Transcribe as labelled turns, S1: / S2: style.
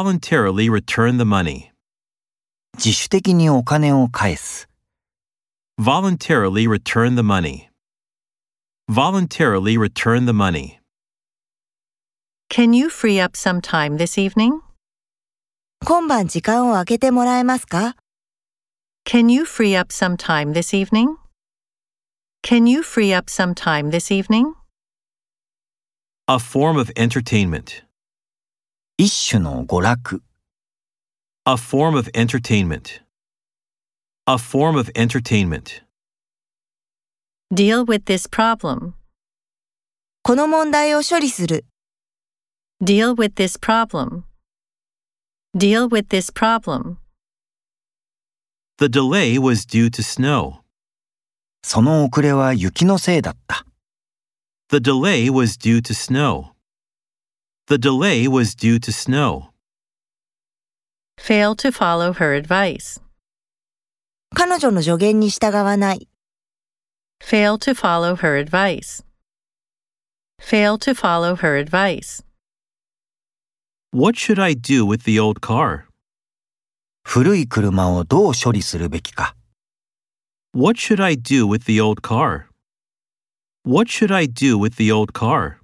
S1: voluntarily return the money,
S2: 自主的にお金を返す、
S1: voluntarily return the money, voluntarily return the money.
S3: Can you free up some time this evening?
S4: 今晩時間を空けてもらえますか
S3: Can you free up some time this evening? Can you free up some time this evening?
S1: A form of entertainment,
S2: 一種の娯楽、
S1: a form of entertainment, a form of entertainment.
S3: Deal with this problem.
S4: この問題を処理する。
S3: Deal with this problem. Deal with this problem.
S1: The delay was due to snow.
S2: その遅れは雪のせいだった。
S1: The delay was due to snow. The delay was due to snow.
S3: Fail to follow her advice.
S4: 彼女の助言に従わない。
S3: Fail to follow her advice. Fail to follow her advice.
S1: What should I do with the old car?
S2: 古い車をどう処理するべきか。
S1: What should I do with the old car? What should I do with the old car?